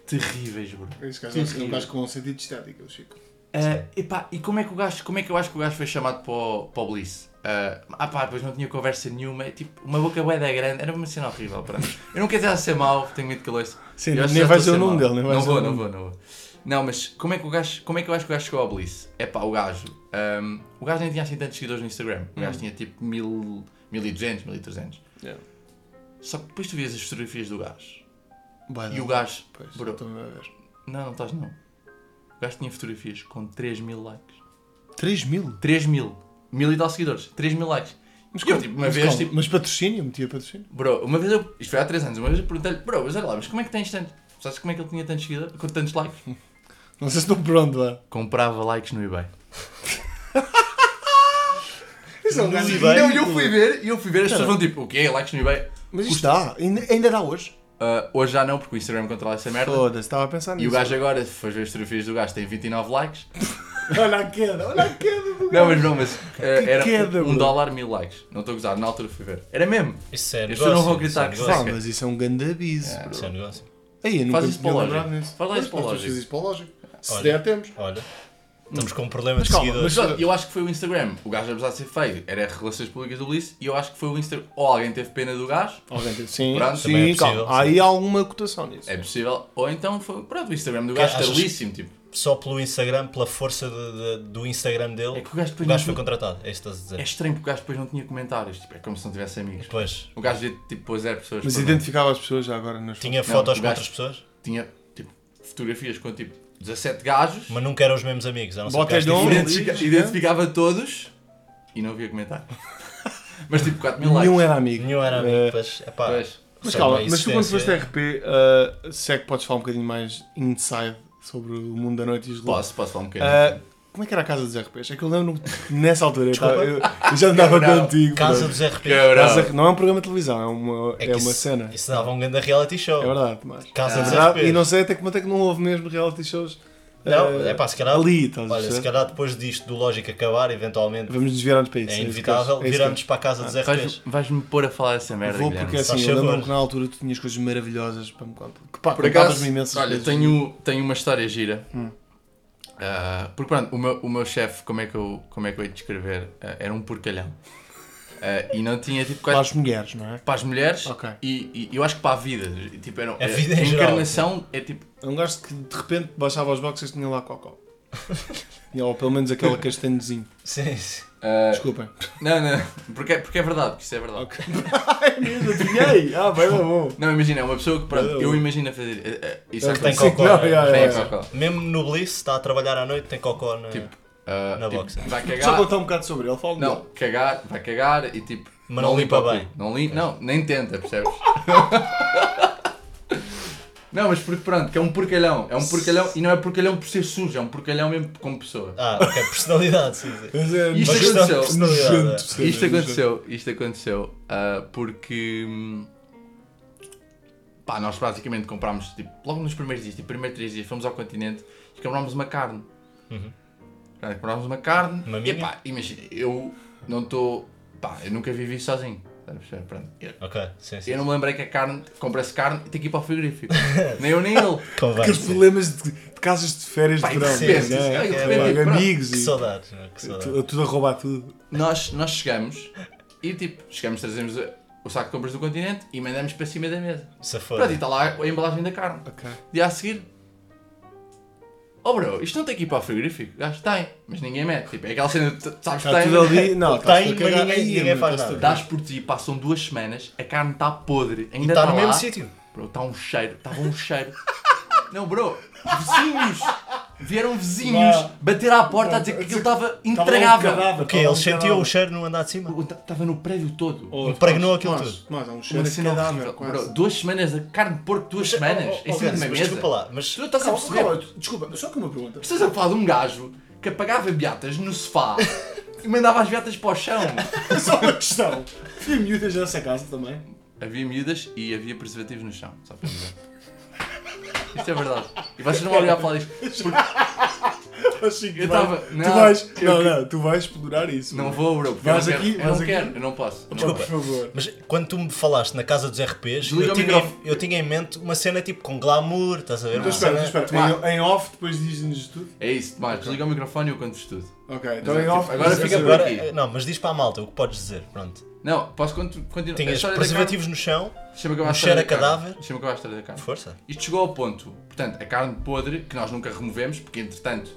terríveis, bro.
Esse gajo é um gajo com um sentido de estética, o Chico.
Ah, epá, e como é que o gajo, como é que eu acho que o gajo foi chamado para o, para o Blitz? Ah, ah pá, depois não tinha conversa nenhuma, tipo, uma boca boeda grande, era uma cena horrível, pronto. Eu não quero estar a ser mau, tenho medo que ele ouça.
Sim,
Eu acho
nem
que já
vai
estou
ser o
a
nome
mau.
dele, nem vai
não
ser
vou,
o
não
nome.
vou, não vou. Não, mas como é que o gajo, como é que eu acho que o gajo chegou ao Bliss? É pá, o gajo, hum, o gajo nem tinha assim tantos seguidores no Instagram. O
Hum.
gajo tinha tipo 1000, 1200, 1300.
Yeah.
Só que depois tu vias as fotografias do gajo.
Vai,
E
não.
o gajo,
Ah, Pois,
bro.
estou-me a ver.
não, não estás não. O gajo tinha fotografias com 3000 likes.
3 mil?
3000, mil e tal seguidores, 3000 likes. E eu, tipo, uma vez, tipo,
Mas patrocínio? Metia patrocínio?
Bro, uma vez eu. Isto foi há 3 anos, uma vez eu perguntei-lhe, bro, mas olha lá, mas como é que tens tanto. Sabes como é que ele tinha tantos seguidores? Com tantos likes?
Não sei se estou pronto, vá.
Comprava likes no eBay.
Isso é um gajo
eBay?
Não,
ridículo.
e eu fui ver, e eu fui ver, as pessoas vão tipo, o quê? Likes no eBay?
Mas isto dá, ainda, ainda dá hoje.
Ah, hoje já não, porque o Instagram controla essa merda.
Foda-se, estava a pensar nisso.
E o gajo é agora, se fores ver as fotografias do gajo, tem 29 likes.
Olha a queda, olha a queda do
Não,
gajo.
mas não, mas ah, era
queda,
um
bro.
dólar mil likes. Não estou a gozar, na altura fui ver. Era mesmo.
isso é
As
negócio.
pessoas não vão gritar que
isso é
Pá,
negócio.
saca.
mas isso é um grande aviso, bro.
Isso é negócio.
Aí, eu nunca
Faz isso
me
para o
tinha lembrado
lógico.
nisso.
Faz lá isso
Pois,
para o
nós temos que
lógico.
fazer isso para o lógico. Se
Olha.
der, temos.
Olha, estamos com um problema
Mas
de
calma,
seguidores.
Mas olha, eu acho que foi o Instagram. O gajo, apesar de ser feio, era Relações Públicas do Bliss. E eu acho que foi o Instagram. Ou alguém teve pena do gajo.
Alguém- Sim,
Pronto,
sim,
também é possível,
calma. Há aí alguma cotação nisso.
É possível. Ou então foi. Pronto, o Instagram do
Que
gajo
achas-
estalíssimo. Tipo,
Só pelo Instagram, pela força de- de- do Instagram dele,
É que o gajo depois não-
foi contratado. É isso que estás a
é
dizer.
estranho porque o gajo depois não tinha comentários. Tipo, é como se não tivesse amigos.
Pois,
O gajo devia tipo pôr zero pessoas.
Mas
por nome.
identificava as pessoas já agora nas
tinha
Não, o
fotos com
gajo-
outras pessoas,
Tinha tipo fotografias com tipo 17 gajos.
mas nunca eram os mesmos amigos. eram só
Botas
gajos
de
diferentes.
ombro.
identifica-
Não, né?
identificava todos e não havia comentário. Mas tipo 4 mil likes.
Nenhum era amigo.
Nenhum era
Eh,
amigo. Pois, epá,
É. Pois.
Mas
só
calma,
uma
mas tu quando foste
existência-
RP, uh, eh, se é que podes falar um bocadinho mais inside sobre o mundo da noite e os
Posso, posso falar um bocadinho.
Eh, Como é que era a casa dos RPs? É que eu lembro nessa altura. Eu, tava- eu- eu já andava
Não,
contigo.
Casa
bro.
dos RPs.
Cabrão.
Casa- Não é um programa de televisão, é uma, é
que
uma
isso-
cena.
Isso dava um grande reality show.
É verdade, Tomás.
Casa
É
dos
verdade,
RPs.
E não sei até que ponto é que não houve mesmo reality shows.
Não,
eh,
é pá, se calhar.
Ali, estás a
Olha, se
perceber?
calhar depois disto do Lógico acabar, eventualmente
Vamos nos virar para isso.
é
isso que eu- é
inevitável,
isso que eu-
viramos para a casa dos RPs.
Vais- Vais-me pôr a falar essa merda,
Vou
Guilherme.
porque assim,
Faz
eu lembro-me
favor.
que na altura tu tinhas coisas maravilhosas para me contar. Que pá,
Por acaso,
contavas-me imensas
olha,
coisas.
tenho, um tenho uma história gira. Ah, porque pronto, o meu, o meu chefe, como é que eu, como é que eu ia descrever? Ah, era um porcalhão. Ah, e não tinha tipo
Para
quase
as mulheres, não é?
para as mulheres
Ok.
e, e eu acho que para a vida. Tipo, era,
A vida em geral,
encarnação é tipo.
É um gajo que de repente baixava os boxers e tinha lá cocó. Tinha, Ou pelo menos aquele castanhozinho.
Sim, sim.
ah,
Desculpem.
não, não, porque, é- porque é verdade, porque isso é verdade.
Ok. Ai, mesmo, adivinhei. Ah, bem, bem bom.
Não, imagina, é uma pessoa que pronto,
Eu-
eu imagino a fazer. ah, ah, isso
É
é
que tem
Sim,
cocó.
não,
né?
já,
Tem
já,
Mas,
já.
cocó.
Mesmo no Bliss, está a trabalhar à noite, tem cocó na.
Tipo, ah,
Na
tipo,
boxa.
Vai
Só
cagar.
contar um bocado sobre ele, fala-me
Não,
dele.
cagar, vai cagar e tipo.
Mas não limpa
o cu.
bem. É.
Não, lim... não, nem tenta, percebes? não, mas porque pronto, que é um porcalhão. É um porcalhão e não é porcalhão por ser sujo, é um porcalhão mesmo como pessoa.
Ah, ok, personalidade, sim, sim.
Mas é
Isto
nojento,
Uma questão de
aconteceu.
personalidade, é.
nojento,
Isto
nojento.
aconteceu, isto aconteceu ah, porque. hum, Pá, nós basicamente comprámos, tipo, logo nos primeiros dias, tipo, primeiros três dias, fomos ao continente e comprámos uma carne. Pronto, comprámos uma carne
Uma
e
minha?
pá, imagina, eu não estou. Pá, eu nunca vivi sozinho. Estás a perceber? Pronto, eu-
Ok, sim, sim.
Eu não me lembrei que a carne, comprei-se carne e tem que ir para o frigorífico. nem eu nem ele.
Convém,
Aqueles
sim.
problemas de, de casas de férias
Pá,
de verão.
de repente,
não é?
de
É,
repente,
pá,
pronto.
amigos
Que
e
saudades, né? que saudades.
tu- tudo a roubar tudo.
Nós, nós chegamos e tipo, chegamos, trazemos o saco de compras do continente e mandamos para cima da mesa.
Safado.
Pronto, e tá- está lá a embalagem da carne.
Ok.
Dia a seguir. Oh bro, isto não tem que ir para o frigorífico. Gajo tem, mas ninguém mete. Tipo, é aquela cena de tu- sabes que
Está Tá
tem.
tudo ali. Não,
Está
está
aí, mas ninguém- ninguém faz
tá
nada.
Dás por ti, passam duas semanas, a carne está podre, ainda
Está
está
no
lá.
mesmo sítio.
Bro, está um cheiro, estava um cheiro. Não, bro, vizinhos! Vieram vizinhos
Vá.
bater à porta a dizer que aquilo estava
um
intragável. um,
O quê? Ele sentiu o cheiro no andar de cima?
Estava no prédio todo.
Impregnou aquilo
Mas,
tudo.
mas há um Oh, cheiro
Uma
a
cena
cadáver,
horrível.
quase.
Bro, duas semanas de carne de porco, duas semanas, em cima de uma
Mas
mesa.
desculpa lá, mas
Tu não estás a
Calma, calma,
perceber?
Desculpa, só que uma pergunta.
Estás a falar de um gajo que apagava beatas no sofá e mandava as beatas para o chão.
Só uma questão. Havia miúdas nessa casa também.
Havia miúdas e havia preservativos no chão, só para dizer. Isto é verdade. E vocês não vão olhar para isto. Porque
Assim, que
Eu
vai-
tava-
Tu
não,
vais.
eu-
Não, não, tu vais explorar isso.
não
bro.
vou, bro. Porque
Vais
eu não
aqui,
quero. eu
vais
não
aqui.
quero, eu não posso. Não
Desculpa.
Por favor. Então,
Mas quando tu me falaste na casa dos RPs,
Desliga
eu
o
tinha,
microfone.
eu tinha em mente uma cena tipo com glamour, estás a ver?
Então
Uma
espera,
cena...
então espera.
Tomás.
Em, em off, depois dizes-nos tudo.
É isso, Tomás, desliga o microfone e eu conto-vos tudo.
Ok, então
Mas é
em
tipo,
off.
agora
depois
fica
dizes-
por
Agora,
aqui.
eh, não, mas diz para a malta o que podes dizer, pronto.
Não, posso contu- continuar? É
Tinhas
história da
preservativos no chão,
carne- Deixa-me acabar a
um
história
cheiro a
da carne.
cadáver.
Deixa-me acabar a história da carne.
força.
Isto chegou ao ponto, portanto, a carne podre, que nós nunca removemos, porque entretanto,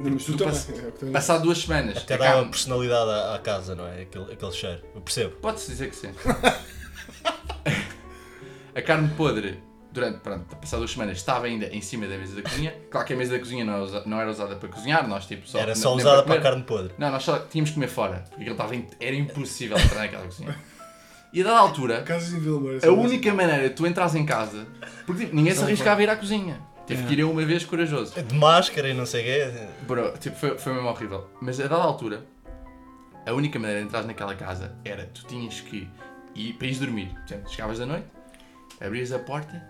Não, mas tu
Tu
também.
passa-
é o que também-
passado duas semanas,
Até
a
dá
carne.
uma personalidade à, à casa, não é? Aquele, aquele cheiro. Eu percebo.
Pode-se dizer que sim. a carne podre, durante, pronto, passado duas semanas, estava ainda em cima da mesa da cozinha. Claro que a mesa da cozinha não era, usa- não era usada para cozinhar, nós tipo só.
Era
n-
só
nem
usada para a
comer.
carne podre.
Não, nós só tínhamos que comer fora, porque aquilo estava. in- Era impossível entrar naquela cozinha. E a dada altura,
Casas em Vila Moura.
A única maneira de tu entras em casa, porque tipo, ninguém se arriscava a ir à cozinha. Tive
É.
que ir eu uma vez corajoso.
De máscara e não sei o quê.
Bro, tipo, foi, foi mesmo horrível. Mas a dada altura, a única maneira de entrar naquela casa era tu tinhas que ir para ires dormir. Portanto, chegavas da noite, abrias a porta,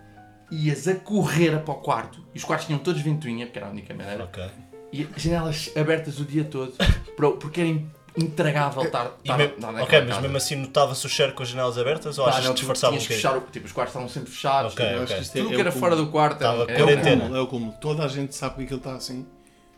ias a correr para o quarto, e os quartos tinham todos ventoinha, porque era a única maneira,
Ok.
e as janelas abertas o dia todo, bro, porque era in- intragável estar,
E
estar
me-
estar naquela
Ok, mas
é casa.
mesmo assim notava-se o cheiro com as janelas abertas ou
Pá,
achas
não,
que
tu
disfarçava um
tinhas que
bocadinho?
fechar o- tipo, os quartos estavam sempre fechados,
Ok,
Eu acho
ok.
que isto é-
tudo
é
que era
o
fora do quarto
Estava
era- era
É o
quarentena.
cúmulo, é o cúmulo. Toda a gente sabe que aquilo está assim.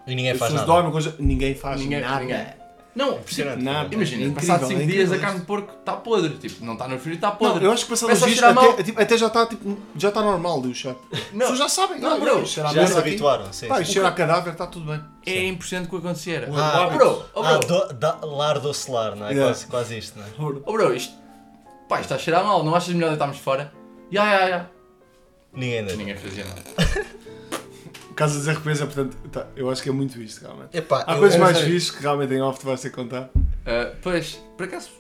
E ninguém
As
faz
pessoas
nada.
dormem, coisa- ninguém faz
Ninguém-
nada.
ninguém- Não,
Impressionante.
Nada.
imagina,
Incrível,
passado 5
é
dias a
incrível.
carne de porco está podre, tipo, não está no frio, está
Não,
podre.
eu acho que passado os
Começa a
dias
cheirar mal.
até, tipo, até já está tipo, já está normal do cheiro. As pessoas já sabem.
Não,
ah,
bro,
é, cheira a
Já
merda
se
aqui.
habituaram, sim.
Pá,
sim.
e cheira a cadáver, está tudo bem.
É impressionante o que acontecia. Era.
Ah,
oh, bro, oh,
Ah,
bro,
do, da, lar do solar, não é?
Yeah.
Quase, quase isto, não é?
oh, bro, isto, pá, isto está a cheirar mal, não achas melhor deitarmos fora? Ya, ya, ya.
Ninguém deixa.
Ninguém fazia nada.
Casa dos RPs é, portanto, tá, eu acho que é muito isto, realmente.
Epá,
Há
eu-
coisas
eu
mais
sei.
fixes que realmente em off te vai ser contar.
Ah, pois, por acaso,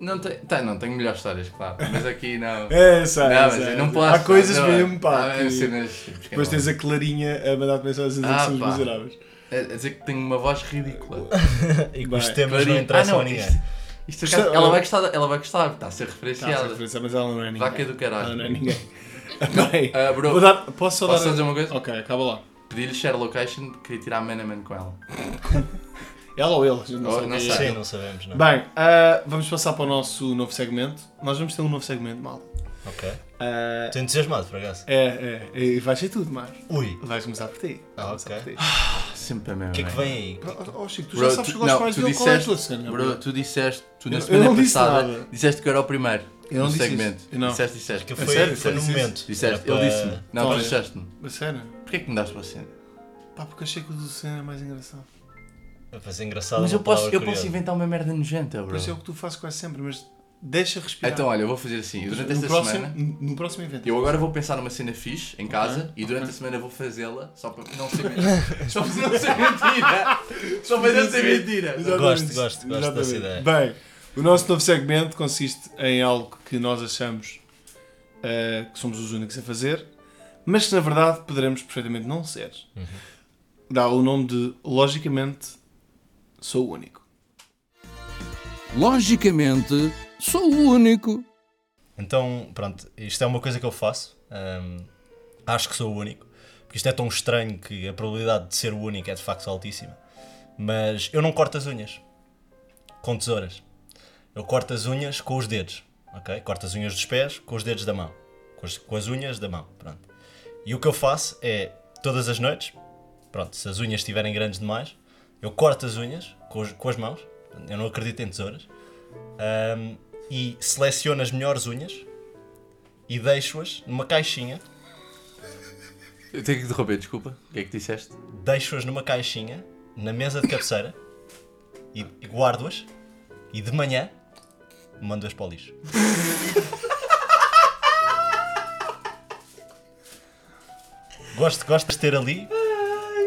não, tem, tá, não tenho melhores histórias, claro, mas aqui não.
É, sei,
não, mas
sei,
eu não
sei.
posso.
Há coisas
não, é
mesmo, pá.
Há
que-
cenas. tipo,
Depois tens a Clarinha a mandar-te mensagens a dizer
Ah,
que são os
pá.
miseráveis.
a a É, dizer que tenho uma voz ridícula.
E que
Bem,
os temas
Clarinha.
não interessam
Ah,
a
não,
ninguém.
isto- Isto é
Gosta-
caso- ela vai gostar, ela vai gostar, está a ser
Tá, essa
referenciada.
referência, mas ela não é ninguém.
Vaca do caralho.
Ela não é ninguém. Bem,
Ah, bro,
vou dar- posso só
posso só
dar. um-
dizer uma coisa?
Ok, acaba lá.
Pedi-lhe share location, queria tirar Man a Man com ela.
Ela ou ele? a gente Não
Oh,
sabe
não
quem é.
sei.
Sim, não sabemos, não.
Bem, ah, vamos passar para o nosso novo segmento. Nós vamos ter um novo segmento, mal.
Ok.
Ah,
Estou entusiasmado, por acaso.
é, é, e vais ser tudo, mais.
Ui.
Vais começar por ti.
Ah,
Vais começar
ok.
por ti.
Sempre a mesma.
O que é que
merda.
vem aí?
Oh, Chico, tu
Bro,
já sabes que eu
não,
gosto mais
tu
dele. Qual é a tua
disseste-
cena?
Bro, tu disseste, tu na
Eu- eu
semana
não disse
passada,
nada.
disseste que eu era o primeiro.
Eu não
no
disse isso.
segmento.
Eu não.
Disseste, disseste.
Que
A
foi,
sério?
foi no
Disse isso?
momento.
Disseste,
Era
ele
para-
disseste-me. Não, tu
Olha.
disseste-me.
A cena?
Porquê é que me daste uma cena?
Pá, porque achei que o do cena é mais engraçado.
Para fazer engraçado.
Mas
uma
eu posso,
palavra
eu posso
curiosa.
inventar uma merda nojenta, bro.
Por isso é o que tu fazes quase sempre, mas deixa respirar.
Então olha, eu vou fazer assim, durante
no
esta
próximo,
semana...
No próximo evento.
Eu agora vou pensar numa cena fixe em casa
Ok,
e durante
ok.
a semana vou fazê-la só para não ser mentira. só para não ser mentira. só para não ser mentira.
Gosto, gosto, gosto dessa ideia.
Bem, o nosso novo segmento consiste em algo que nós achamos eh, que somos os únicos a fazer, mas que na verdade poderemos perfeitamente não ser. Dá o nome de Logicamente Sou o Único.
Logicamente, sou o único.
Então, pronto, isto é uma coisa que eu faço. hum, acho que sou o único. Porque isto é tão estranho que a probabilidade de ser o único é de facto altíssima. Mas eu não corto as unhas com tesouras. Eu corto as unhas com os dedos. Ok? Corto as unhas dos pés com os dedos da mão. Com as, com as unhas da mão. Pronto. E o que eu faço é, todas as noites, pronto, se as unhas estiverem grandes demais, eu corto as unhas com, os- com as mãos. Eu não acredito em tesouras. Ahm, e seleciono as melhores unhas e deixo-as numa caixinha.
Eu tenho que interromper, desculpa. O que é que disseste?
Deixo-as numa caixinha na mesa de cabeceira e, e guardo-as e de manhã mando-as para o lixo. gosto, gosto de ter ali,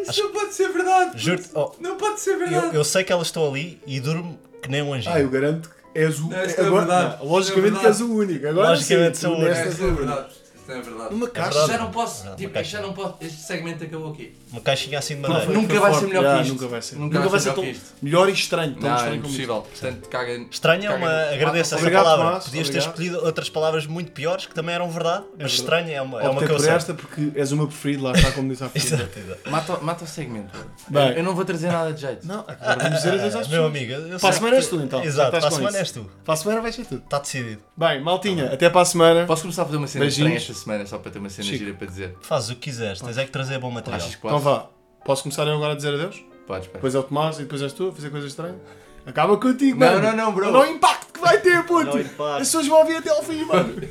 Isso não pode ser verdade.
juro oh,
Não pode ser
eu, eu sei que elas estão ali e durmo que nem um
Ah,
Ah,
anjinho.
garanto que és o
Não, isto não é agora- verdade. não, logicamente Isto não é verdade.
o único.
Logicamente sim, sou o tu único. nesta-
Isso não é verdade. Isso não é verdade.
Uma caixa.
verdade.
Já não posso,
Uma
tipo,
caixa.
já não posso. Este segmento acabou aqui.
Uma caixinha assim de
Não,
madeira.
foi-
Nunca vai
foi
ser
forte.
melhor que
Ah,
isto.
nunca vai ser.
Nunca
Nunca
vai
vai
ser
ser tão
melhor que isto.
melhor e estranho. Tão
Não, é
estranho como isto.
impossível. Portanto, caga.
Estranha é
caga-
uma. Agradeço essa
Obrigado,
palavra.
Tomás.
Podias ter
Obrigado.
escolhido outras palavras muito piores que também eram verdade, mas estranha é uma, é uma
Optei
que eu
por
sei.
esta porque és o meu preferido, lá está como disse há pouco.
Exato, exato.
Mata, mata o segmento.
Bem.
Eu não vou trazer nada de jeito.
Não, agora vamos dizer as às
Ah, Meu
pessoas.
amigo, eu
Para
sei
a
que
semana és tu, então. Já
Exato,
estás
para a
com isso.
semana és tu. Tá
Para a semana vai ser tudo.
Está decidido.
Bem, maltinha, até para a semana.
Posso começar a fazer uma cena
Beijinhos.
estranha esta semana só para ter uma cena
Chico.
gira para dizer?
Fazes o que quiseres, tens é que trazer bom material.
Achas que
Então
posso?
vá. Posso começar eu agora a dizer adeus?
Podes, pá.
Depois é o Tomás e depois és tu a fazer coisas estranhas? Acaba contigo,
Não,
mano.
não, não, bro.
Olha o impacto que vai ter, puto.
Olha o impacto.
As pessoas vão ouvir até ao fim, mano.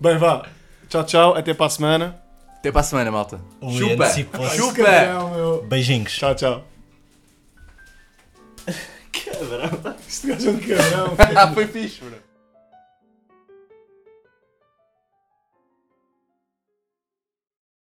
Bem, vá. Tchau, tchau. Até para a semana.
Até para a semana, malta.
Ui,
Chupa!
antecipou-se.
Chupa!
Cabrão, meu.
Beijinhos.
Tchau, tchau. Cabrão. Este gajo é um cabrão.
Foi fixe, bro.